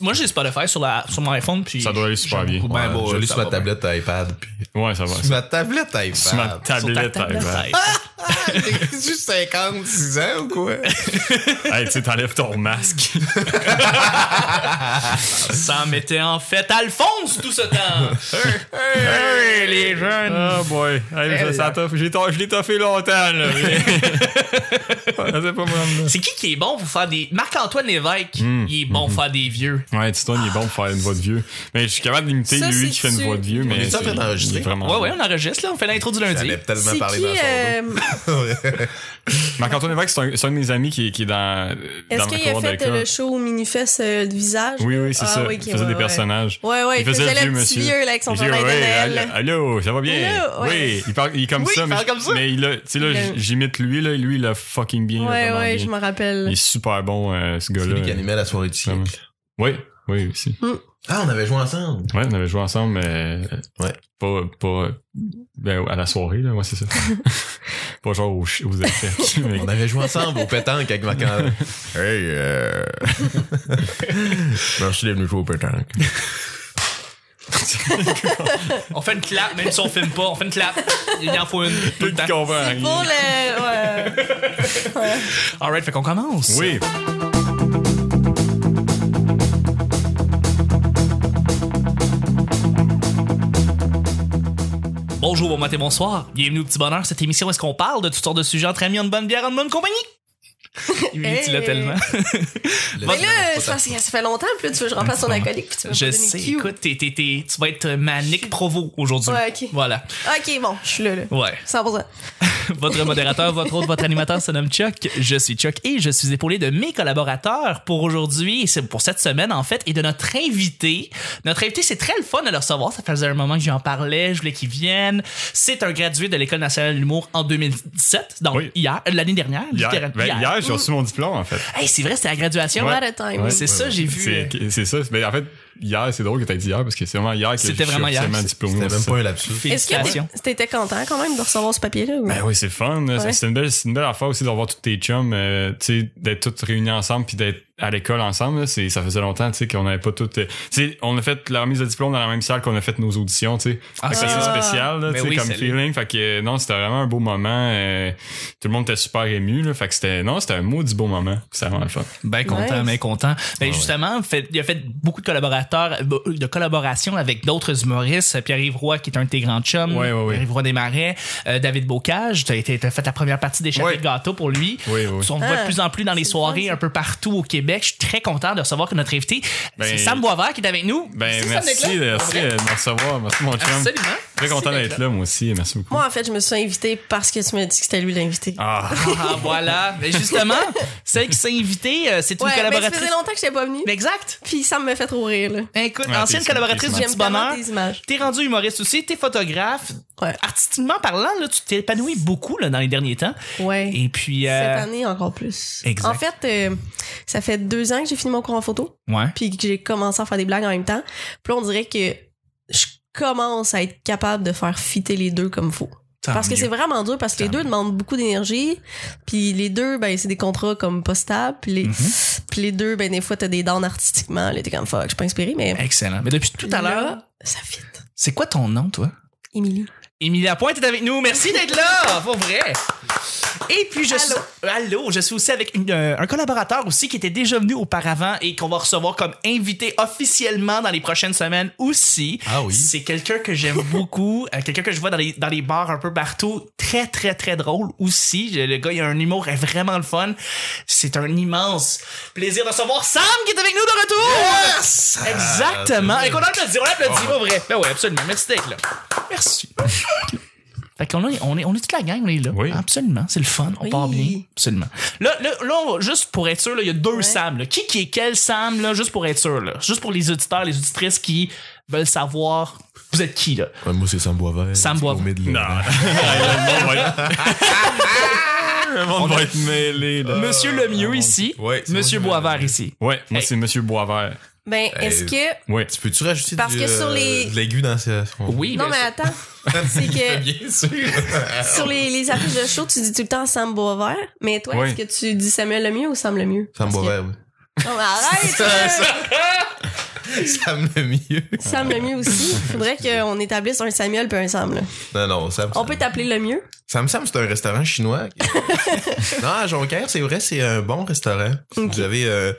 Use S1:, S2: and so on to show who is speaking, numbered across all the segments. S1: Moi, j'ai Spotify sur, la, sur mon iPhone. Puis
S2: Ça doit aller super bien.
S1: j'aime beaucoup, ben,
S3: Ouais,
S1: bon,
S3: je l'ai
S1: ça
S3: sur ma
S1: va
S3: tablette iPad. Puis...
S2: Ouais, ça va.
S3: Sur ma tablette iPad. Ah,
S2: Sur ma
S1: bien. Sur ta
S2: tablette,
S1: tablette
S2: iPad.
S3: J'ai juste 56 ans ou quoi?
S2: Hey, tu sais, t'enlèves ton masque.
S1: Ah, Ça mettait en fait Alphonse tout ce temps.
S2: Hey, les jeunes! Oh boy! Hey, ça, ça toffe. J'ai to- Je l'ai toffé longtemps, là. C'est pas mal,
S1: C'est qui qui est bon pour faire des. Marc-Antoine Lévesque, il est bon pour faire des vieux.
S2: là. Ouais, Titon, il est bon pour faire une voix de vieux. Mais je suis capable d'imiter
S4: Ça,
S2: lui
S4: c'est
S2: qui fait une
S4: sûr.
S2: voix de vieux, mais.
S3: est-tu en
S2: c'est-
S3: train
S2: il est
S3: d'enregistrer?
S2: vraiment
S1: Ouais, ouais,
S2: bon.
S1: on enregistre, là. On fait l'intro du lundi.
S3: J'allais tellement
S4: C'est
S3: parler
S4: qui,
S3: dans son
S4: euh,
S2: Marc-Antoine Lévesque, c'est un, c'est un de mes amis qui, est- qui est dans. dans
S4: est-ce
S2: le
S4: qu'il a
S2: couloir
S4: fait
S2: d'alcool.
S4: euh, le show au mini-fest euh, de visage?
S2: Oui, oui, c'est
S4: Ah,
S2: ça. il
S4: oui, ok,
S2: faisait
S4: ouais,
S2: des
S4: ouais.
S2: personnages.
S4: Ouais, ouais, il faisait le petit vieux, là, avec son
S2: Il disait,
S4: chandail de
S2: ouais,
S4: Noël,
S2: allo-
S4: là.
S2: Allô, ça va bien?
S4: Allô, ouais.
S2: Oui, il parle il est comme
S1: Oui,
S2: ça.
S1: il
S2: mais,
S1: parle comme ça.
S2: Mais il a- tu sais, là,
S4: Il a-
S2: j'imite lui, là. Lui, il a fucking bien. là,
S4: Ouais,
S2: vraiment
S4: ouais,
S2: bien.
S4: je m'en
S2: Il est
S4: rappelle.
S2: super bon, euh, ce
S3: C'est lui qui
S2: gars-là.
S3: animait la soirée du
S2: Vraiment.
S3: siècle.
S2: Oui, oui, aussi.
S3: Ah, on avait joué ensemble.
S2: Ouais, on avait joué ensemble, mais. euh,
S3: Ouais.
S2: Pas. pas ben, à la soirée, là, ouais, c'est ça. pas genre aux, ch- aux échecs. mais-
S3: On avait joué ensemble au pétanque avec marc Hey, euh... Merci d'être venu jouer au pétanque.
S1: On fait une clap, même si on filme pas. On fait une clap. Il en faut une. Tout le
S2: Tu
S1: temps.
S2: comprends rien.
S4: Pour le. ouais.
S1: Alright, fait qu'on commence.
S2: Oui.
S1: Bonjour, bon matin, bonsoir. Bienvenue au Petit Bonheur, cette émission où est-ce qu'on parle de toutes sortes de sujets entre amis, en bonne bière, en bonne compagnie. Il
S4: Hey.
S1: tu l'as tellement.
S4: Mais là, c'est parce que ça fait longtemps, puis là, tu veux que je remplace ton alcoolique, puis tu veux
S1: Je
S4: me
S1: sais,
S4: donner cue.
S1: écoute, t'es- t'es- t'es- tu vas être euh, ma Nick Provo aujourd'hui.
S4: Ouais, ok.
S1: Voilà.
S4: Ok, bon, je suis là, là.
S1: Ouais.
S4: 100%.
S1: Votre modérateur, votre hôte, votre animateur se nomme Chuck. Je suis Chuck et je suis épaulé de mes collaborateurs pour aujourd'hui, et c'est pour cette semaine en fait, et de notre invité. Notre invité, c'est très le fun de le recevoir. Ça faisait un moment que j'en parlais, je voulais qu'il vienne. C'est un gradué de l'École nationale de l'humour en 2017, donc
S2: Oui.
S1: hier, euh, l'année dernière.
S2: Hier,
S1: littéralement,
S2: ben,
S1: hier.
S2: hier, j'ai reçu mon diplôme, en fait.
S1: Hey, c'est vrai, c'était la graduation.
S4: What a time.
S2: Ouais.
S1: C'est ça, j'ai vu. euh,
S2: C'est c'est ça. Mais en fait, hier, c'est drôle que t'aies dit hier parce que c'est vraiment hier que
S1: C'était vraiment hier.
S2: officiellement diplômé.
S3: C'était même
S2: C'est-
S3: pas un lapsus.
S4: Est-ce
S1: Félicitations.
S4: que t'es- t'étais content quand même de recevoir ce papier-là? ou-
S2: Ben oui, c'est fun. là.
S4: Ouais.
S2: C'est une belle, c'est une belle affaire aussi de revoir tous tes chums, euh, tu sais, d'être tous réunis ensemble puis d'être à l'école ensemble. là. C'est, ça faisait longtemps, tu sais, qu'on n'avait pas toutes. euh, tu sais, on a fait la remise de diplôme dans la même salle qu'on a fait nos auditions, tu sais.
S1: Ah,
S2: Fait que
S1: c'est-
S2: c'est
S4: Ah.
S2: spécial, là,
S1: Mais
S2: tu sais,
S1: oui,
S2: comme
S1: c'est-
S2: feeling. Fait que euh, non, c'était vraiment un beau moment. euh, tout le monde était super ému, là. Fait que c'était, non, c'était un maudit beau moment. C'était vraiment le fun.
S1: Ben content,
S4: Nice.
S1: ben content. Ben
S3: Ouais,
S1: justement, fait- il a fait beaucoup de collaborateurs, euh, de collaborations avec d'autres humoristes. Pierre-Yves Roy, qui est un de tes grands chums.
S2: Ouais, ouais, ouais.
S1: Pierre-Yves Roy Desmarais. euh, David Bocage, t'as été- t'as fait la première partie des chapelles
S2: Ouais.
S1: de gâteau pour lui.
S2: Oui, oui.
S1: On le voit
S4: Ah,
S1: de plus en plus dans les
S4: c'est
S1: soirées
S4: fun, ça.
S1: un peu partout au Québec. Je suis très content de recevoir que notre invité,
S2: Ben,
S1: c'est Sam Boisvert qui est avec nous.
S2: Ben,
S1: C'est Sam
S2: merci,
S1: d'être là.
S2: merci euh, de me recevoir. Merci, mon chum.
S1: Absolument.
S2: Très content
S1: Merci
S2: d'être là, moi aussi. Merci beaucoup.
S4: Moi, en fait, je me suis invitée parce que tu m'as dit que c'était lui l'invité.
S2: Ah,
S1: Ah, voilà. Mais justement, celle qui s'est invitée, euh, c'est une
S4: ouais, ben, mais ça
S1: collaboratrice. Ben,
S4: faisait longtemps que j'étais pas venue.
S1: Exact.
S4: Puis ça me fait trop rire, là.
S1: Écoute,
S2: Ouais,
S1: ancienne
S2: Ah, t'es-
S1: collaboratrice
S2: t'es-
S1: du
S4: J'aime
S1: Petit
S4: tellement
S1: Bonheur.
S4: tes images.
S1: T'es rendu humoriste aussi, t'es photographe.
S4: Ouais.
S1: Artistiquement parlant, là, tu t'es épanoui beaucoup là, dans les derniers temps.
S4: Ouais.
S1: Et puis. euh,
S4: Cette année, encore plus.
S1: Exact.
S4: En fait, euh, ça fait deux ans que j'ai fini mon cours en photo,
S1: Ouais.
S4: puis que j'ai commencé à faire des blagues en même temps. Puis là, on dirait que je commence à être capable de faire fitter les deux comme faut.
S1: Tant
S4: parce que
S1: mieux.
S4: c'est vraiment dur, parce que les
S1: Tant
S4: deux
S1: mieux.
S4: demandent beaucoup d'énergie, puis les deux, ben, c'est des contrats comme pas stables, puis les,
S1: Mhm.
S4: puis les deux, ben, des fois, t'as des dents artistiquement, là, t'es comme fuck, je suis pas inspirée, mais.
S1: Excellent. Mais depuis tout à l'heure,
S4: Là, Ça fit.
S1: c'est quoi ton nom, toi?
S4: Émilie.
S1: Émilie Lapointe est avec nous. Merci d'être là, pour vrai. Et puis, je suis.
S4: Allô.
S1: Allô, je suis aussi avec une, euh, un collaborateur aussi qui était déjà venu auparavant et qu'on va recevoir comme invité officiellement dans les prochaines semaines aussi.
S3: Ah oui.
S1: C'est quelqu'un que j'aime beaucoup, euh, quelqu'un que je vois dans les, dans les bars un peu partout. Très, très, très drôle aussi. Je- Le gars, il a un humour vraiment le fun. C'est un immense plaisir de recevoir Sam qui est avec nous de retour. Exactement.
S3: Ah,
S1: Et qu'on applaudit, on applaudit,
S3: Oh.
S1: pas vrai. Ben oui, absolument. Merci d'être là. Merci. Fait qu'on est, on est, on est toute la gang, on est là.
S2: Oui.
S1: Absolument, c'est le fun, on
S4: Oui.
S1: part bien. Absolument. Là, là, là, on va- juste pour être sûr, là, il y a deux Sam. là. Qui, qui est quel Sam, là, juste pour être sûr, là. Juste pour les auditeurs, les auditrices qui veulent savoir, vous êtes qui, là?
S3: Ouais, moi, c'est Sam Boisvert.
S1: Sam Boisvert.
S3: diplômé
S2: non.
S3: de l'Élan.
S2: le monde va être, le monde va être mêlé, là.
S1: Monsieur Lemieux
S2: mon
S1: ici,
S3: Ouais, c'est
S1: Monsieur
S3: moi, je
S1: Boisvert ici.
S2: Ouais, moi
S1: Hey.
S2: c'est Monsieur Boisvert.
S4: Ben,
S1: Euh,
S4: est-ce que.
S2: Ouais.
S3: Tu peux-tu rajouter
S4: Parce
S3: du,
S4: que sur
S3: euh,
S4: les-
S3: de l'aigu dans ce...
S1: Oui, bien
S4: Non, mais
S1: sûr.
S4: attends. C'est que
S3: Bien sûr.
S4: sur les, les affiches de show, tu dis tout le temps Sam Boisvert. Mais toi,
S2: Ouais.
S4: est-ce que Oh, bah, tu dis Samuel Lemieux ou Sam Lemieux?
S3: Sam
S4: Parce que-
S3: Boisvert, oui.
S4: Non, mais arrête! là!
S3: Sam le mieux.
S4: Sam le mieux aussi. Faudrait qu'on établisse un Samuel puis un Sam. là.
S3: Non, non, Sam.
S4: On
S3: Sam.
S4: peut t'appeler le mieux.
S3: Sam Sam, c'est un restaurant chinois. non, à Jonquière, c'est vrai, c'est un bon restaurant.
S4: Ok.
S3: Vous avez. euh,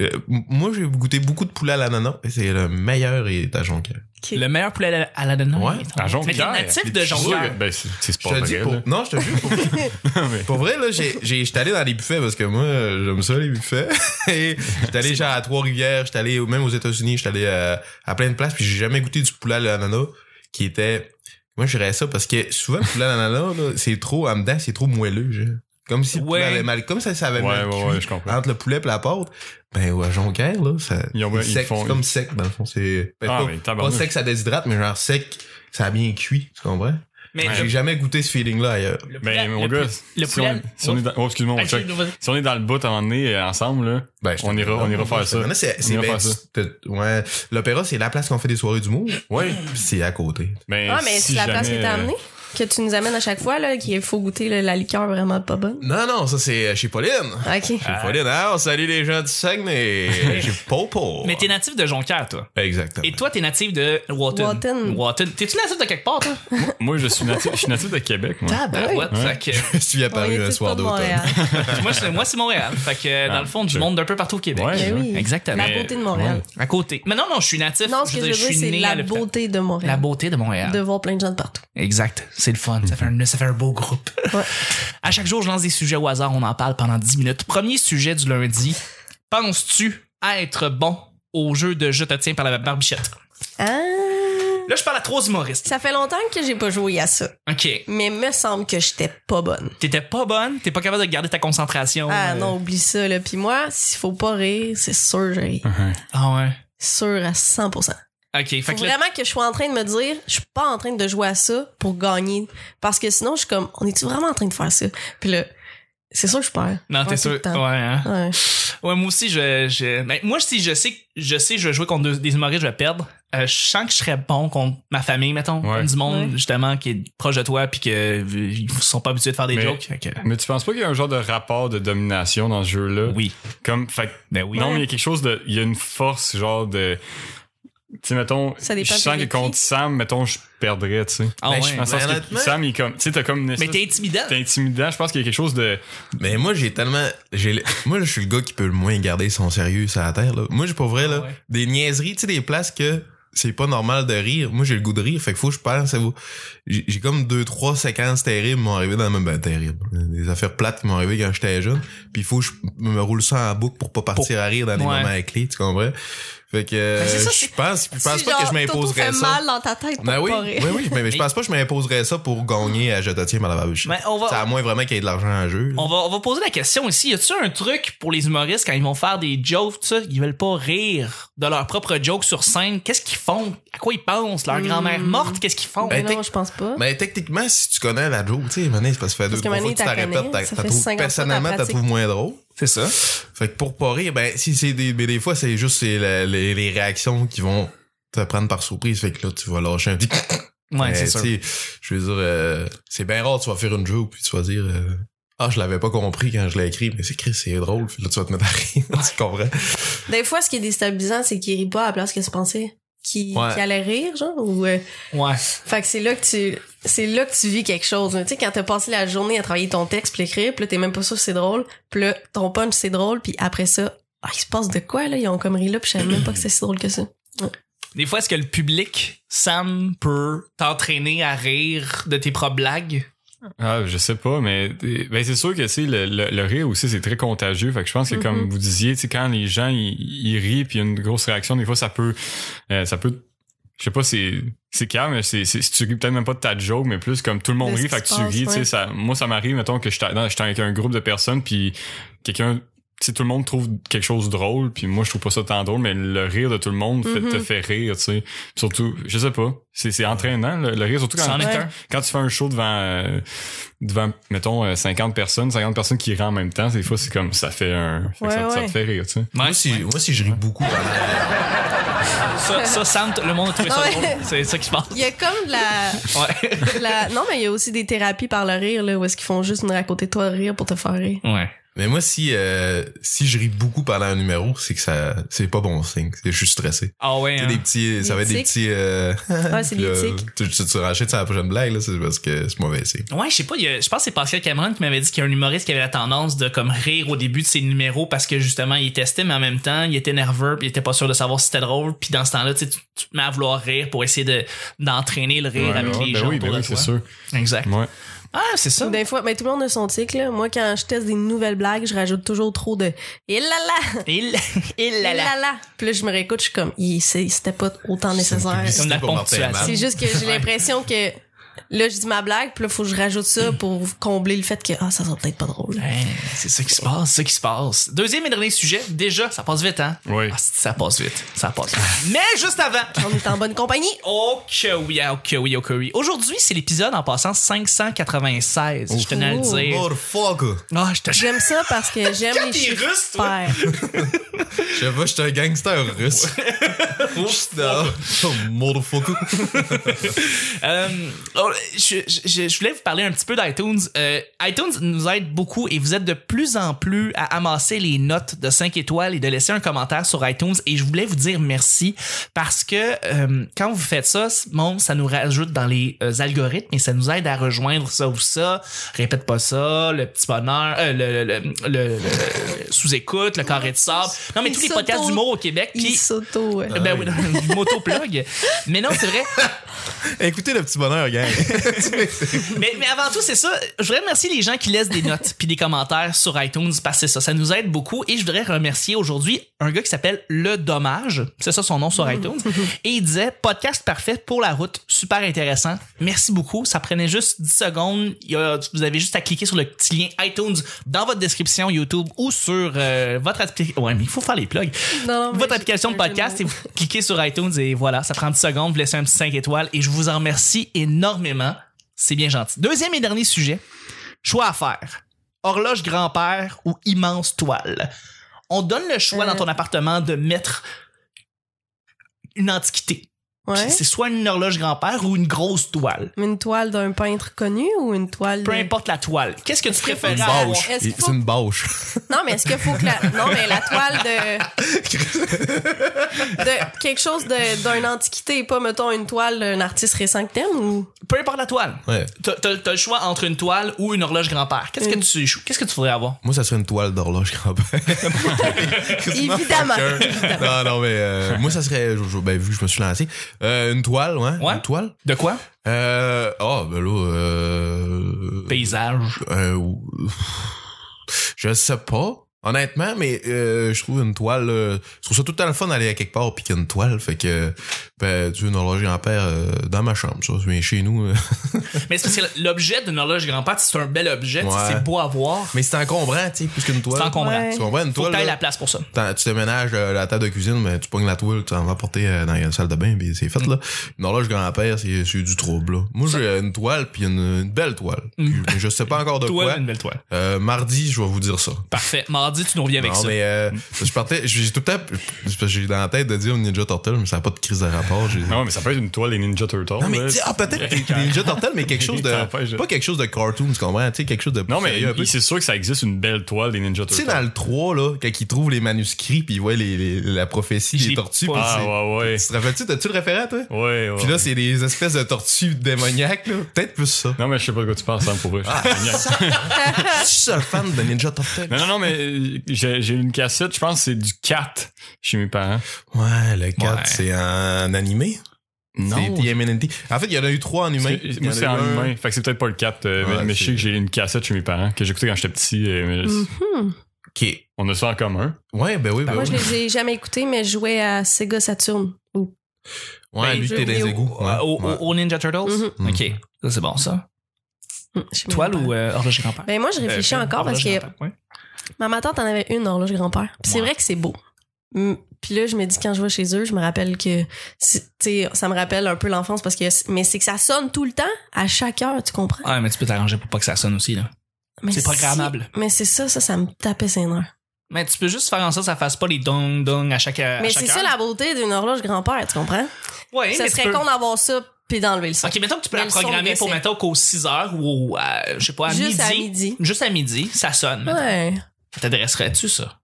S3: euh, m- moi, j'ai goûté beaucoup de poulet à l'ananas et c'est le meilleur est à Jonquière.
S4: Ok.
S1: Le meilleur poulet à la- à la donne.
S3: Ouais.
S2: À
S1: Mais t'es
S2: Jonquière.
S1: natif de
S2: Les
S1: Jonquière.
S2: petits- Ben, c'est c'est
S3: Je
S2: pas
S3: te dis
S2: vrai,
S3: pour-
S2: là.
S3: Non, je te jure. Pour,
S2: Mais-
S3: pour vrai, là, j'ai- j'ai- j'étais allé dans les buffets parce que moi, euh, j'aime ça, les buffets. Et j'étais allé genre à Trois-Rivières, j'étais allé au- même aux États-Unis, j'étais allé à, à plein de places, puis j'ai jamais goûté du poulet à l'ananas qui était. Moi, je dirais ça parce que souvent, le poulet à l'ananas, là, c'est trop, en dedans, c'est trop moelleux, genre. Comme si le poulet
S1: Ouais.
S3: avait mal, comme ça, ça avait
S2: Ouais,
S3: mal
S2: ouais,
S3: cuit. Ah,
S2: ouais, je comprends.
S3: entre le poulet et la pâte, ben ouais, à Jonquière, là, ça,
S2: Ils ont-
S3: c'est
S2: ils
S3: sec,
S2: font-
S3: c'est comme sec, dans le fond. C'est ben,
S2: Ah,
S3: pas,
S2: mais
S3: pas
S2: tabarnouche.
S3: sec, ça déshydrate, mais genre sec, ça a bien cuit, tu comprends?
S1: Mais
S2: Ouais.
S1: le-
S3: J'ai jamais goûté ce feeling-là ailleurs.
S1: le poulet-
S2: Mais Ben, mon
S1: le
S2: gars,
S1: poulet- le
S2: si on
S1: poulet-
S2: est- si on est dans. Oh, excuse-moi, mon
S1: Ah,
S2: Chuck.
S1: vas-y.
S2: Si on est dans le bout à un moment donné, euh, ensemble, là.
S3: Ben, je
S2: On
S3: te-
S2: ira- on ira faire ça.
S3: Maintenant, c'est,
S2: On
S3: c'est
S2: ira
S3: ben-
S2: faire ça.
S3: te- ouais. L'opéra, c'est la place qu'on fait des soirées d'humour.
S2: Ouais.
S3: Puis c'est à côté.
S2: Mais
S4: Ah, mais
S2: Ben, si
S4: c'est la
S2: jamais, euh,
S4: place que
S1: euh,
S4: t'as amenée, que tu nous amènes à chaque fois, là, qu'il faut goûter là, la liqueur vraiment pas bonne.
S3: Non, non, ça, c'est euh, chez Pauline.
S4: Ok.
S1: Ah,
S3: Chez Pauline, alors, salut les gens du Saguenay. chez Popo.
S1: Mais t'es natif de Jonquière, toi.
S3: Exactement.
S1: Et toi, t'es natif de Watton.
S4: Watton.
S1: Watton. T'es-tu natif de quelque part, toi?
S2: Moi, je suis natif, je suis natif de Québec, moi.
S1: Tabarouette.
S2: Ouais.
S1: Fait que-
S3: je suis
S4: On est
S3: apparu un
S4: tous pas
S3: soir
S4: de
S3: d'automne.
S4: Montréal.
S1: moi, c'est, moi, c'est Montréal. Fait que, euh, dans
S2: Ah,
S1: le fond, du
S2: ok.
S1: monde d'un peu partout au Québec.
S2: Ouais.
S4: Ben oui.
S1: Exactement.
S4: La beauté de Montréal.
S1: À côté. Mais non, non, je suis natif.
S4: Non, ce
S1: Je
S4: que
S1: veux
S4: je veux
S1: dire,
S4: dire,
S1: suis
S4: c'est
S1: né à
S4: la
S1: l'hôpital.
S4: beauté de Montréal.
S1: La beauté de Montréal.
S4: De voir plein de gens de partout.
S1: Exact. C'est le fun. Ça fait, un, ça fait un beau groupe.
S4: Ouais.
S1: À chaque jour, je lance des sujets au hasard. On en parle pendant 10 minutes. Premier sujet du lundi. Penses-tu être bon au jeu de Je te tiens par la barbichette?
S4: Ah,
S1: Là, je parle à trois humoristes.
S4: ça fait longtemps que j'ai pas joué à ça,
S1: OK.
S4: mais me semble que j'étais pas bonne.
S1: T'étais pas bonne, t'es pas capable de garder ta concentration.
S4: Ah
S1: euh.
S4: non, oublie ça là. Puis moi, s'il faut pas rire, c'est sûr je ris.
S1: Ah ouais.
S4: Sûr à 100%.
S1: OK. Fait
S4: Faut
S1: que là,
S4: vraiment que je sois en train de me dire, je suis pas en train de jouer à ça pour gagner, parce que sinon je suis comme, on est-tu vraiment en train de faire ça Puis là, c'est sûr que je perds.
S1: non,
S4: Ouais,
S1: t'es
S4: tout
S1: sûr.
S4: le
S1: Ouais,
S4: temps.
S1: hein.
S4: Ouais.
S1: Ouais, moi aussi, je, je- ben, moi, si je sais, que- je sais, que je vais jouer contre deux- des humoristes, je vais perdre. Euh, je sens que je serais bon contre ma famille, mettons,
S2: Ouais.
S1: contre du monde,
S4: Ouais.
S1: justement, qui est proche de toi, puis que euh, ils sont pas habitués de faire des
S2: Mais-
S1: jokes. Fait que-
S2: Mais tu penses pas qu'il y a un genre de rapport de domination dans ce jeu-là?
S1: oui.
S2: Comme, fait, que-
S1: Ben oui.
S2: Euh, Non, mais il y a quelque chose de. Il y a une force, genre de. Tu sais, mettons.
S4: Ça dépend
S2: je
S4: de
S2: sens que
S4: l'équipe.
S2: contre Sam, mettons, je perdrais, tu sais.
S1: Ah
S3: Ben,
S1: ouais.
S3: je
S2: Dans le sens
S3: Mais
S2: que
S3: honnêtement-
S2: Sam, il est comme. Tu sais, t'as comme une
S1: Mais
S2: espèce-
S1: t'es intimidant.
S2: T'es intimidant, je pense qu'il y a quelque chose de.
S3: Mais moi, j'ai tellement. j'ai Moi, je suis le gars qui peut le moins garder son sérieux sur la terre. Là. Moi, j'ai pas vrai, là.
S1: Ah ouais.
S3: Des niaiseries, tu sais, des places que c'est pas normal de rire. Moi, j'ai le goût de rire. Fait que faut que je parle. Ça vaut... J'ai j'ai comme deux, trois séquences terribles m'ont arrivé dans ma. Ben, terribles. Des affaires plates qui m'ont arrivé quand j'étais jeune. Puis faut que je me roule ça en boucle pour pas partir à rire dans des
S1: Ouais.
S3: moments clés, tu comprends? Fait que
S1: Ben, c'est ça,
S3: euh,
S1: c'est-
S3: je pense, je pense
S4: Si,
S3: pas que
S4: genre,
S3: je m'imposerais
S4: Toto fait
S3: ça.
S4: mal dans ta tête pour
S3: Ben oui,
S4: pas
S3: oui,
S4: rire.
S3: oui, mais je pense pas que je m'imposerais ça pour gagner à Je te tiens par la barbiche.
S1: Ben, on va-
S3: Ça à moins vraiment qu'il y ait de l'argent en jeu. là.
S1: On va, on va poser la question ici. Y a-tu un truc pour les humoristes quand ils vont faire des jokes, tout ça, ils veulent pas rire de leurs propres jokes sur scène? Qu'est-ce qu'ils font? À quoi ils pensent? Leur
S4: Hmm.
S1: grand-mère morte, qu'est-ce qu'ils font?
S3: Ben,
S4: Mais non, je pense pas.
S3: Mais techniquement, si tu connais la joke, tu sais, Mané, c'est parce que ça fait deux,
S4: Parce que
S3: trois fois
S4: Mané,
S3: que tu t'en
S4: t'as
S3: répètes,
S4: connais,
S3: t'as-
S4: ça
S3: t'as
S4: fait
S3: trouves-
S4: 50 fois
S3: personnellement,
S4: t'as
S3: t'as trouves moins drôle.
S1: c'est ça.
S3: Fait que pour pas rire, ben, si c'est des, mais des fois, c'est juste c'est la- les, les réactions qui vont te prendre par surprise. Fait que là, tu vas lâcher un petit.
S1: Ouais,
S3: Mais,
S1: c'est sûr.
S3: tu sais, Je veux dire, euh, c'est bien rare, tu vas faire une joke, puis tu vas dire, euh, ah, je l'avais pas compris quand je l'ai écrit, mais c'est Chris, c'est drôle. Puis là, tu vas te mettre à rire, tu comprends?
S4: Des fois, ce qui est déstabilisant, c'est qu'il rit pas à la place que tu pensais. Qui,
S3: Ouais.
S4: qui allait rire, genre, ou, euh,
S1: Ouais.
S4: Fait que c'est là que tu, c'est là que tu vis quelque chose. hein. Tu sais, quand t'as passé la journée à travailler ton texte, puis l'écrire, puis là, t'es même pas sûr que c'est drôle, puis là, ton punch, c'est drôle, puis après ça, ah, il se passe de quoi, là? Ils ont comme ri là, puis je savais même pas que c'est si drôle que ça.
S1: Des fois, est-ce que le public, Sam, peut t'entraîner à rire de tes propres blagues?
S2: Ah, je sais pas, mais ben, c'est sûr que tu sais, le, le, le rire aussi, c'est très contagieux. Fait que je pense que comme
S4: Mhm.
S2: vous disiez, tu sais, quand les gens ils, ils rient puis il y a une grosse réaction, des fois ça peut euh, ça peut je sais pas, c'est c'est calme, mais c'est c'est- tu ris peut-être même pas de ta joke, mais plus comme tout le monde
S4: De ce
S2: rit,
S4: qui
S2: fait que
S4: se
S2: tu
S4: passe,
S2: ris, tu sais,
S4: ouais.
S2: ça moi ça m'arrive mettons que je suis dans- je suis avec un groupe de personnes puis quelqu'un tu sais, tout le monde trouve quelque chose de drôle, puis moi je trouve pas ça tant drôle, mais le rire de tout le monde fait-
S4: Mhm.
S2: te fait rire, tu sais. Surtout, je sais pas, c'est c'est entraînant le, le rire, surtout quand
S1: C'en est
S4: Ouais.
S1: un.
S2: quand tu fais un show devant euh, devant mettons euh, 50 personnes 50 personnes qui rient en même temps des fois c'est comme ça fait un fait que
S4: Ouais,
S2: ça, ça
S4: ouais.
S2: te fait rire tu sais
S1: Ouais.
S3: Moi, si, moi, si je ris beaucoup pendant-
S1: Ça, ça, Sam, t- le monde a trouvé ça
S4: Ouais.
S1: drôle. C'est ça qui se passe.
S4: Il y a comme de la,
S1: Ouais.
S4: de la- non, mais il y a aussi des thérapies par le rire, là, où est-ce qu'ils font juste venir à côté de toi rire pour te faire rire.
S1: Ouais.
S3: Mais moi, si, euh, si je ris beaucoup pendant un numéro, c'est que ça, c'est pas bon signe. C'est juste stressé.
S1: Ah ouais,
S3: Tu sais,
S1: hein.
S3: des petits, ça va être des
S4: tics.
S3: petits, euh,
S4: Ouais, c'est
S3: puis
S4: des
S3: là,
S4: tics.
S3: Tu, tu, tu rachètes sur la prochaine blague, là, c'est parce que c'est mauvais signe.
S1: Ouais, je sais pas, il y a- je pense que c'est Pascal Cameron qui m'avait dit qu'il y a un humoriste qui avait la tendance de comme rire au début de ses numéros parce que justement il testait mais en même temps il était nerveux, puis il était pas sûr de savoir si c'était drôle, puis dans ce temps-là tu, sais, tu tu te mets à vouloir rire pour essayer de d'entraîner le rire
S2: Ouais,
S1: avec
S2: ouais,
S1: les
S2: ben
S1: gens
S2: oui, ben
S1: autour
S2: oui,
S1: de
S2: c'est Mm.
S1: toi.
S2: sûr.
S1: Exact.
S2: Ouais.
S1: Ah, c'est ça.
S4: Des fois, mais tout le monde a son tic, là. Moi, quand je teste des nouvelles blagues, je rajoute toujours trop de et là là,
S1: Il il
S4: et
S1: la
S4: là
S1: la.
S4: là. Puis là, je me réécoute, je suis comme, Hi, c'est- c'était pas autant nécessaire.
S1: Comme la
S3: C'est pour Martin
S1: ponctuation.
S4: C'est juste que j'ai l'impression que là, je dis ma blague, puis là, faut que je rajoute ça pour combler le fait que, ah, ça sera peut-être pas drôle.
S1: Hey, Hein, c'est ça qui se passe, c'est ça qui se passe. Deuxième et dernier sujet, déjà, ça passe vite, hein?
S2: Oui.
S1: Ah, ça passe vite, ça passe vite. Mais juste avant,
S4: On est en bonne compagnie.
S1: Oh que oui, oh que oui, oh que oui. Aujourd'hui, c'est l'épisode en passant 596, je tenais à le
S3: Oh.
S1: dire.
S3: Motherfucker.
S1: Ah, je te
S4: J'aime ça parce que j'aime les
S1: t'es
S4: chiffres
S1: russe, toi.
S4: pairs.
S3: Je sais pas, je suis un gangster russe. Non. Oh, motherfucker.
S1: Euh, oh, je, je- je voulais vous parler un petit peu d'iTunes. Euh, iTunes nous aide beaucoup et vous êtes de plus en plus à amasser les notes de 5 étoiles et de laisser un commentaire sur iTunes. Et je voulais vous dire merci parce que euh, quand vous faites ça, c- bon, ça nous rajoute dans les euh, algorithmes et ça nous aide à rejoindre ça ou ça. Répète pas ça, le petit bonheur, euh, le, le- le- le- le- le sous-écoute, le carré de sable. Non, mais
S4: Il
S1: tous les podcasts
S4: s'auto-
S1: d'humour au Québec.
S4: Il
S1: Puis,
S4: s'auto. ouais.
S1: ben oui, je m'auto-plug. Mais non, c'est vrai.
S3: Écoutez le petit bonheur, gang.
S1: mais, mais avant tout, c'est ça. Je voudrais remercier les gens qui laissent des notes puis des commentaires sur iTunes parce que c'est ça, ça nous aide beaucoup. Et je voudrais remercier aujourd'hui un gars qui s'appelle Le Dommage. C'est ça son nom sur iTunes. Et il disait podcast parfait pour la route. Super intéressant. Merci beaucoup. Ça prenait juste 10 secondes. Il y a- vous avez juste à cliquer sur le petit lien iTunes dans votre description YouTube ou sur euh, votre application. Ouais, mais il faut faire les plugs
S4: Non, non, mais
S1: votre
S4: j'ai-
S1: application de
S4: j'ai un
S1: podcast
S4: jeu
S1: et
S4: mots.
S1: vous cliquez sur iTunes et voilà, ça prend 10 secondes, vous laissez un petit 5 étoiles et je vous en remercie énormément. C'est bien gentil. Deuxième et dernier sujet, choix à faire. Horloge grand-père ou immense toile. On donne le choix
S4: Euh.
S1: dans ton appartement de mettre une antiquité.
S4: Ouais.
S1: Puis C'est soit une horloge grand-père ou une grosse toile.
S4: Mais Une toile d'un peintre connu ou une toile.
S1: Peu
S4: de-
S1: importe la toile. Qu'est-ce que tu préfères
S3: Une
S1: avoir?
S3: bâche.
S4: Est-ce qu'il faut-
S3: C'est une bâche.
S4: Non, mais est-ce qu'il faut que la. Non, mais la toile de. de quelque chose de- d'une antiquité et pas, mettons, une toile d'un artiste récent que t'aimes ou.
S1: Peu importe la toile.
S3: Ouais.
S1: T'as- T'as t'as le choix entre une toile ou une horloge grand-père. Qu'est-ce que
S4: Une-
S1: tu qu'est-ce que tu voudrais avoir?
S3: Moi, ça serait une toile d'horloge grand-père.
S4: Évidemment.
S3: non, non, mais euh, moi, ça serait. je- je- ben, vu que je me suis lancé. euh, une toile, ouais.
S1: Ouais.
S3: Une toile.
S1: De quoi?
S3: Euh. Oh, ben là. Euh,
S1: Paysage.
S3: euh, je sais pas. Honnêtement, mais euh, je trouve une toile. euh, je trouve ça tout le temps le fun d'aller à quelque part puis qu'il y a une toile. Fait que ben, tu veux une horloge grand-père euh, dans ma chambre, ça. Mais chez nous. euh,
S1: Mais c'est parce que l'objet d'une horloge grand-père, c'est un bel objet, tu sais,
S3: Ouais.
S1: c'est beau à voir.
S3: mais c'est encombrant, tu sais, plus qu'une toile.
S1: C'est encombrant.
S4: Ouais.
S3: Tu comprends? Une
S1: Faut que
S3: toile.
S1: t'ailles
S3: là,
S1: la place pour ça.
S3: t'en- tu déménages euh, la table de cuisine, mais tu pognes la toile, tu en vas porter euh, dans la salle de bain, puis c'est fait,
S1: Mm.
S3: là. Une horloge grand-père, c'est c'est du trouble, là. Moi, j'ai euh, une toile, puis une, une belle toile. Puis, je sais pas encore de
S1: Toi,
S3: quoi.
S1: une belle Mm. toile.
S3: Euh, mardi, je vais vous dire ça.
S1: Parfait. Mardi, tu nous reviens avec
S3: non,
S1: ça.
S3: mais euh, je partais, j'ai tout le temps, c'est parce que j'ai dans la tête de dire Ninja Turtle, mais ça n'a pas de crise de rapport. j'ai-
S2: Non, Ah mais ça peut être une toile des Ninja Turtles.
S3: Non, mais
S2: là.
S3: tu sais, ah, peut-être que t'es Ninja Turtle, mais quelque chose de.
S2: T'empêches de-
S3: Pas quelque chose de cartoon, tu comprends? Tu sais, quelque chose de.
S2: Non, mais
S3: sérieux un peu.
S2: il- c'est sûr que ça existe une belle toile des Ninja
S3: Tu
S2: Turtles.
S3: sais, dans le 3, là, quand ils trouvent les manuscrits, puis ils voient les, les- la prophétie
S1: J'ai
S3: des tortues, puis
S2: Ah,
S3: c'est-
S2: ouais, ouais.
S3: Tu te rappelles-tu, t'as-tu le référent, toi?
S2: Ouais, ouais.
S3: Puis là, c'est des espèces de tortues démoniaques, là. Peut-être plus ça.
S2: Non, mais je sais pas de quoi tu parles, Sam, pour vrai.
S3: Ah. Je suis un fan de Ninja Turtle.
S2: Non, non, non, mais euh, j'ai j'ai une cassette, je pense que c'est du 4 chez mes parents.
S3: Ouais, le 4,
S1: Ouais.
S3: c'est en animé. C'est TMNT. En fait, il y en a eu trois en humain.
S2: Parce que
S3: Il y
S2: Moi,
S3: en a
S2: c'est
S3: eu
S2: en
S3: un-
S2: humain. Fait que c'est peut-être pas le 4, euh, mais-
S3: Ouais,
S2: mais, je sais
S3: c'est- Mm.
S2: que j'ai une cassette chez mes parents que j'écoutais quand j'étais petit. euh, mais
S3: Ok.
S2: On a ça en commun.
S3: Ouais, ben
S1: Ah
S3: oui, ben
S4: Mhm. Moi,
S3: oui.
S4: je les ai jamais écoutés, mais je jouais à Sega Saturn. Ou-
S3: Ouais,
S1: Ben,
S3: lui,
S4: jeux
S3: t'es dans les
S4: vidéo.
S3: égouts. Ouais,
S1: Euh, au,
S3: ouais.
S1: au- au Ninja Turtles?
S4: Mm-hmm.
S3: Mhm.
S1: OK. Ça, c'est bon, ça.
S4: Hum, je sais même
S1: Toile
S4: pas.
S1: ou euh, horloge grand-père?
S4: Ben, moi, je réfléchis
S1: Euh,
S4: encore parce
S1: horloge
S4: que
S1: grand-père, ouais.
S4: ma ma tante en avait une horloge grand-père. Puis c'est
S1: Ouais.
S4: vrai que c'est beau. Hum, Puis là, je me dis, quand je vais chez eux, je me rappelle que, c'est- tu sais, ça me rappelle un peu l'enfance parce que, mais c'est que ça sonne tout le temps, à chaque heure, tu comprends?
S1: Ah, mais tu peux t'arranger pour pas que ça sonne aussi, là.
S4: Mais
S1: Ah, C'est programmable.
S4: si- mais c'est ça, ça, ça me tapait ses nerfs.
S1: Mais tu peux juste faire en sorte que ça fasse pas les dong-dong à chaque Euh, à
S4: mais
S1: chaque
S4: c'est
S1: heure.
S4: ça la beauté d'une horloge grand-père, tu comprends?
S1: Ouais,
S4: ça
S1: mais tu
S4: serait
S1: peux-
S4: con d'avoir ça puis d'enlever le son.
S1: OK, mettons que tu peux la
S4: Mais le son
S1: programmer
S4: de
S1: pour,
S4: c'est-
S1: mettons, qu'aux 6 heures ou, au, à, je sais pas, à
S4: Juste à
S1: midi.
S4: midi.
S1: Juste à midi, ça sonne. mettons.
S4: Ouais.
S1: T'intéresserais-tu ça?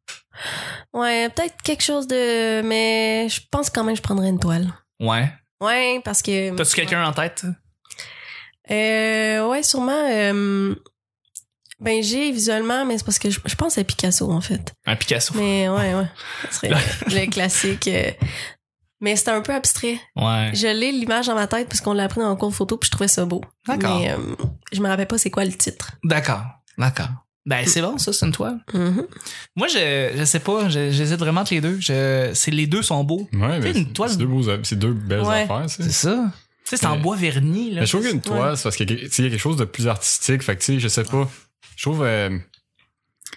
S4: Ouais, peut-être quelque chose de. Mais je pense quand même que je prendrais une toile.
S1: Ouais.
S4: Ouais, parce que.
S1: T'as-tu quelqu'un en tête?
S4: Euh, ouais, sûrement. euh, ben, j'ai visuellement, mais c'est parce que je, je pense à Picasso, en fait.
S1: Un Picasso.
S4: Mais ouais, ouais. Ce serait le, le classique. euh, mais c'était un peu abstrait.
S1: Ouais.
S4: Je l'ai l'image dans ma tête parce qu'on l'a pris dans le cours photo puis je trouvais ça beau.
S1: D'accord.
S4: Mais euh, je me rappelle pas c'est quoi le titre.
S1: D'accord. D'accord. Ben, c'est bon, ça, c'est une toile.
S2: Mm-hmm.
S4: Mhm.
S1: Moi, je, je sais pas, je- j'hésite vraiment entre les deux. Je, c'est, les deux sont beaux.
S2: Ouais,
S1: Tu sais,
S2: mais
S1: une
S2: c'est-
S1: toile-
S2: c'est deux, beaux, c'est deux belles
S4: Ouais.
S2: affaires, tu sais.
S1: C'est Euh, ça. Tu sais, c'est en
S2: Mais-
S1: bois verni, là.
S2: Mais je trouve qu'une toile, c'est parce qu'il y a tu sais, il y a quelque chose de plus artistique. Fait que, tu sais, je sais pas. Je trouve. euh,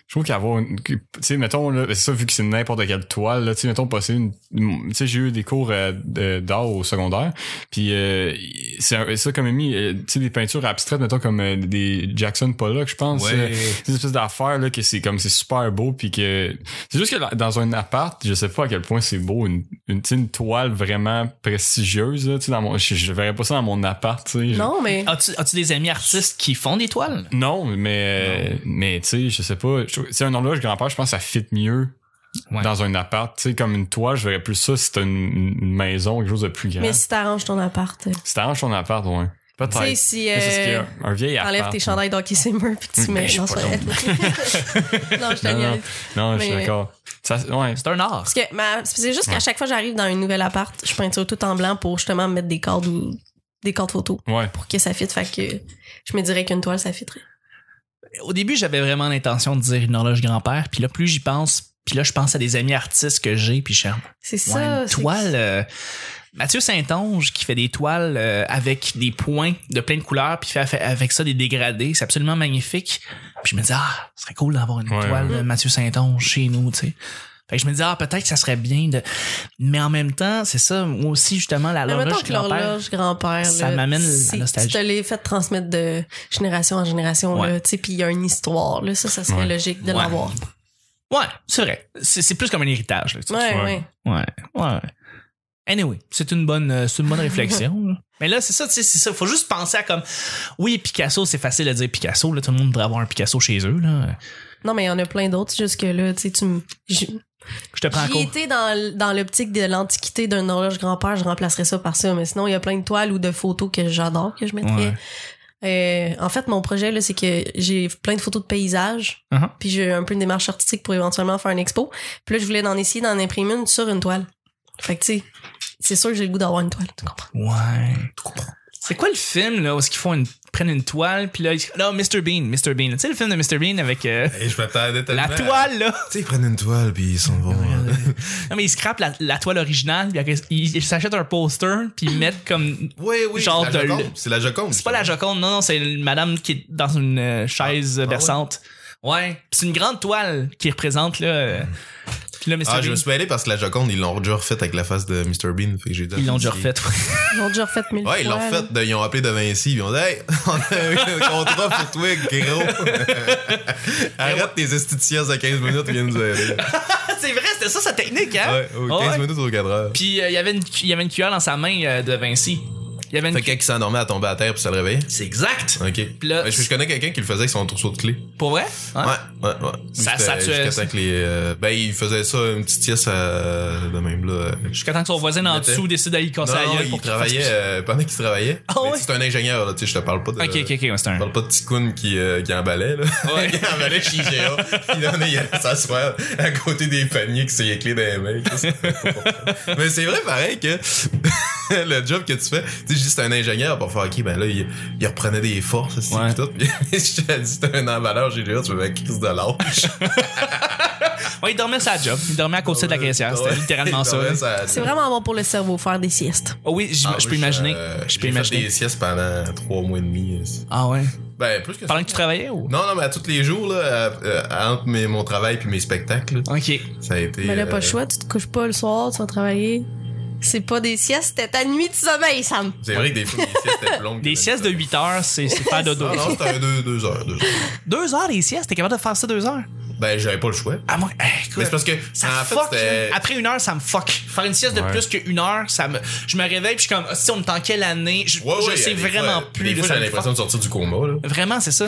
S2: je trouve qu'avoir une. que- Tu sais, mettons, là, c'est ça, vu que c'est n'importe quelle toile, là, tu sais, mettons, passer une. une- Tu sais, j'ai eu des cours euh, de- d'art au secondaire. Puis, euh, c'est un- ça, comme Amy, euh, tu sais, des peintures abstraites, mettons, comme euh, des Jackson Pollock, je pense. euh, c'est une espèce d'affaire là que c'est comme c'est super beau puis que c'est juste que là, dans un appart je sais pas à quel point c'est beau une une, tu sais, une toile vraiment prestigieuse là, tu sais, dans mon je, je verrais pas ça dans mon appart tu sais Je-
S4: Non, mais.
S1: As-tu, as-tu des amis artistes qui font des toiles?
S2: non mais mais tu sais je sais pas je trouve- c'est un horloge grand-père je pense que ça fit mieux
S1: Ouais.
S2: dans un appart tu sais comme une toile je verrais plus ça si t'as une, une maison quelque chose de plus grand
S4: Mais si t'arranges ton appart. euh,
S2: si t'arranges ton appart ouais
S4: Tu sais,
S2: peut-être
S4: si.
S2: Mais c'est ce qu'il y a,
S4: Euh,
S2: un vieil appart
S4: T'enlèves tes chandails d'hockey simmer puis tu
S2: Mais
S4: mets
S2: je suis
S4: dans
S2: pas
S4: son- Non, je te
S2: Non, non.
S4: niaise.
S2: non je suis
S4: mais-
S2: d'accord ça ouais
S1: C'est un art.
S4: Parce que ma- c'est juste qu'à chaque fois que j'arrive dans un nouvel appart, je peinture tout en blanc pour justement mettre des cordes ou des cordes photos
S2: ouais
S4: pour que ça fitte. Fait que je me dirais qu'une toile, ça fitterait.
S1: Au début, j'avais vraiment l'intention de dire une horloge grand-père, puis là, plus j'y pense, puis là, je pense à des amis artistes que j'ai, puis je
S4: C'est
S1: Ouais,
S4: ça.
S1: une
S4: c'est-
S1: toile. euh, Mathieu Saint-Onge qui fait des toiles euh, avec des points de plein de couleurs puis fait fait avec ça des dégradés, c'est absolument magnifique. Puis je me dis ah, ce serait cool d'avoir une
S2: Ouais,
S1: toile
S4: ouais.
S1: de Mathieu Saint-Onge chez nous, tu sais. Fait que je me dis ah, peut-être que ça serait bien de mais en même temps, c'est ça moi aussi justement la
S4: Mais mettons
S1: l'horloge
S4: que
S1: grand-père.
S4: l'horloge grand-père,
S1: Ça
S4: là,
S1: m'amène
S4: si
S1: la nostalgie.
S4: Tu te l'es fait transmettre de génération en génération,
S1: Ouais.
S4: là, tu sais, puis il y a une histoire, là, ça, ça serait
S2: Ouais.
S4: logique de
S1: Ouais.
S4: l'avoir.
S1: Ouais, c'est vrai. C'est c'est plus comme un héritage. là, tu sais.
S4: Ouais,
S2: Ouais.
S4: ouais.
S1: Ouais, ouais. Anyway, c'est une bonne, euh, c'est une bonne réflexion. là. Mais là, c'est ça, tu sais, c'est ça. Faut juste penser à comme, oui, Picasso, c'est facile à dire Picasso. Là, tout le monde devrait avoir un Picasso chez eux. Là.
S4: Non, mais il y en a plein d'autres, jusque là, tu sais, tu me. j-
S1: Je te prends en
S4: J'y
S1: cours.
S4: étais dans, l- dans l'optique de l'antiquité d'un horloge grand-père, je remplacerais ça par ça. Mais sinon, il y a plein de toiles ou de photos que j'adore que je mettrais. Euh, en fait, mon projet, là, c'est que j'ai plein de photos de paysages.
S1: Uh-huh.
S4: Puis j'ai un peu une démarche artistique pour éventuellement faire une expo. Puis là, je voulais en essayer d'en imprimer une sur une toile. Fait que, tu sais, c'est sûr que j'ai le goût d'avoir une toile, tu comprends?
S1: Ouais. C'est quoi le film là où est-ce qu'ils font une, prennent une toile puis là, ils... non, Mr Bean, Mr Bean. Tu sais le film de Mr Bean avec euh,
S3: Et je m'attendais tellement.
S1: la
S3: à-
S1: toile là.
S3: Tu sais, ils prennent une toile puis ils s'en vont. hein.
S1: non mais ils scrapent la, la toile originale, puis après, ils ils s'achètent un poster puis ils mettent comme
S3: Oui, oui.
S1: Genre
S3: c'est la
S1: de-
S3: Joconde, C'est la Joconde.
S1: C'est pas la Joconde, non, non, c'est une madame qui est dans une euh, chaise euh,
S3: ah
S1: berçante. ouais. Puis c'est une grande toile qui représente, là. euh, Puis là, Mr.
S3: Ah, je
S1: Bean,
S3: me suis mêlé parce que la Joconde, ils l'ont déjà refaite avec la face de Mr. Bean. Fait que j'ai dit,
S1: ils l'ont déjà
S3: Ah,
S1: refaite.
S4: Ils l'ont déjà refait mille
S3: Ouais, ils l'ont
S4: fois, là.
S3: refait. de- Ils ont appelé de Vinci. Ils ont dit, hey, on a un contrat pour toi, gros. Arrête tes esthéticiens à 15 minutes, viens nous aider.
S1: c'est vrai, c'était ça sa technique, hein?
S3: Ouais, aux 15
S1: Ouais.
S3: minutes au 4 heures.
S1: Puis euh, il y avait une cu- il y avait une cuillère dans sa main euh, de Vinci. Il y avait une
S3: Fait que
S1: cu-
S3: quelqu'un qui s'endormait à tomber à terre puis se le réveillait.
S1: C'est exact.
S3: Ok.
S1: Puis là,
S3: Ouais, je, je connais quelqu'un qui le faisait avec son trousseau de clés.
S1: Pour vrai?
S3: Ouais,
S1: Hein?
S3: ouais, ouais.
S1: Ça-
S3: Jusqu'à-
S1: ça tuait-
S3: jusqu'à temps que les, euh, ben, il faisait ça, une petite sieste euh, de même, là.
S1: Jusqu'à temps que son voisin en
S3: mettais.
S1: dessous décide d'aller casser
S3: Non,
S1: la
S3: non,
S1: gueule
S3: il
S1: pour qu'il
S3: travaillait
S1: fasse-
S3: euh, pendant qu'il travaillait.
S1: Ah
S3: Mais
S1: ouais?
S3: C'est un ingénieur, là, tu sais, je te parle pas de.
S1: Ok, ok, ok, ouais, c'est
S3: Je
S1: un.
S3: parle pas de Ticoun qui, euh, qui emballait, là.
S1: Ouais.
S3: qui emballait chez IGA. Puis là, il allait s'asseoir à côté des paniers qui s'est clés dans les mains. Ça, c'est pas compris. Mais c'est vrai, pareil, que le job que tu fais, tu sais, je dis c'est un ingénieur pour faire, ok, ben là, il, il reprenait des forces, c'est
S1: Ouais.
S3: tout. Puis je te dis, c'est un emballeur chez IGA, tu veux une crise de l'âge.
S1: Ouais, il dormait sa job. Il dormait à côté de la caissière. C'était
S3: Ouais.
S1: littéralement ça.
S3: Ouais,
S4: C'est vraiment bon pour le cerveau, faire des siestes.
S1: Oh oui, j'im-
S3: Ah,
S1: je peux
S3: oui,
S1: imaginer.
S3: euh,
S1: Je peux
S3: j'ai fait
S1: imaginer.
S3: des siestes pendant trois mois et demi. euh,
S1: Ah ouais.
S3: Ben, plus que ça.
S1: Pendant que tu travaillais ou?
S3: Non, non, mais à tous les jours, là, à- euh, entre mes- mon travail puis mes spectacles, là,
S1: Ok.
S3: ça a été.
S4: Mais là, pas
S3: euh,
S4: le choix, tu te couches pas le soir, tu vas travailler. C'est pas des siestes, c'était ta nuit de sommeil, Sam.
S3: C'est vrai que des Ah, fois, mes siestes étaient plus longues.
S1: Des siestes de 8 heures, c'est c'est faire dodo.
S3: Non, non, c'était un deux, deux heures, deux heures.
S1: Deux heures les siestes, t'es capable de faire ça deux heures?
S3: Ben, j'avais pas le choix.
S1: À moi, eh,
S3: Mais c'est parce que,
S1: ça
S3: en fait,
S1: fuck, hein.
S3: c'était-
S1: là. Après une heure, ça me fuck. Faire une sieste de
S2: Ouais.
S1: plus qu'une heure, ça me. Je me réveille puis je suis comme si on me tanquait l'année. Je,
S3: Ouais,
S1: Ah, je
S3: ouais,
S1: sais
S3: des fois-
S1: vraiment plus.
S3: Des
S1: là,
S3: fois,
S1: ça
S3: j'ai
S1: me
S3: l'impression de sortir du coma, là.
S1: fuck. Vraiment, c'est ça.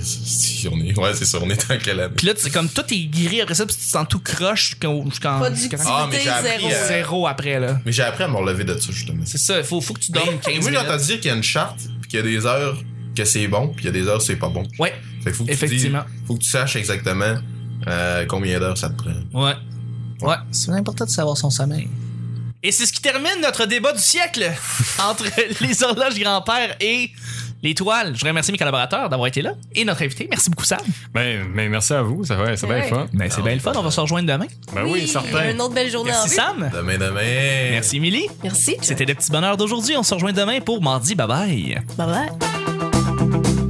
S3: Si on est, ouais, c'est ça, on est en quelle année?
S1: Puis là, tu comme tout est guéri après ça, puis tu te sens tout croche quand, quand
S4: Productivité
S3: Ah, mais j'ai appris,
S4: zéro.
S3: euh,
S1: zéro après là.
S3: Mais j'ai appris à me relever de ça, justement.
S1: C'est ça, faut faut que tu dormes
S3: Donc,
S1: 15
S3: Ben, moi, j'ai
S1: minutes.
S3: entendu dire qu'il y a une charte, puis qu'il y a des heures que c'est bon, puis il y a des heures que c'est pas bon.
S1: Ouais,
S3: Fait que faut que
S1: Effectivement.
S3: Tu dis- faut que tu saches exactement euh, combien d'heures ça te prend.
S1: ouais. Ouais, c'est important de savoir son sommeil. Et c'est ce qui termine notre débat du siècle entre les horloges grand-père et l'étoile. Je remercie mes collaborateurs d'avoir été là et notre invité. Merci beaucoup, Sam.
S2: Ben, mais merci à vous, ça va, c'est
S4: Ouais.
S2: bien fun.
S1: Ben, c'est bien le fun. On va se rejoindre demain.
S2: Ben oui, certain.
S4: Une autre belle journée
S1: Merci,
S4: en vue.
S1: Sam.
S3: Demain, demain.
S1: Merci, Émilie.
S4: Merci.
S1: C'était le petit bonheur d'aujourd'hui. On se rejoint demain pour mardi. Bye bye.
S4: Bye bye.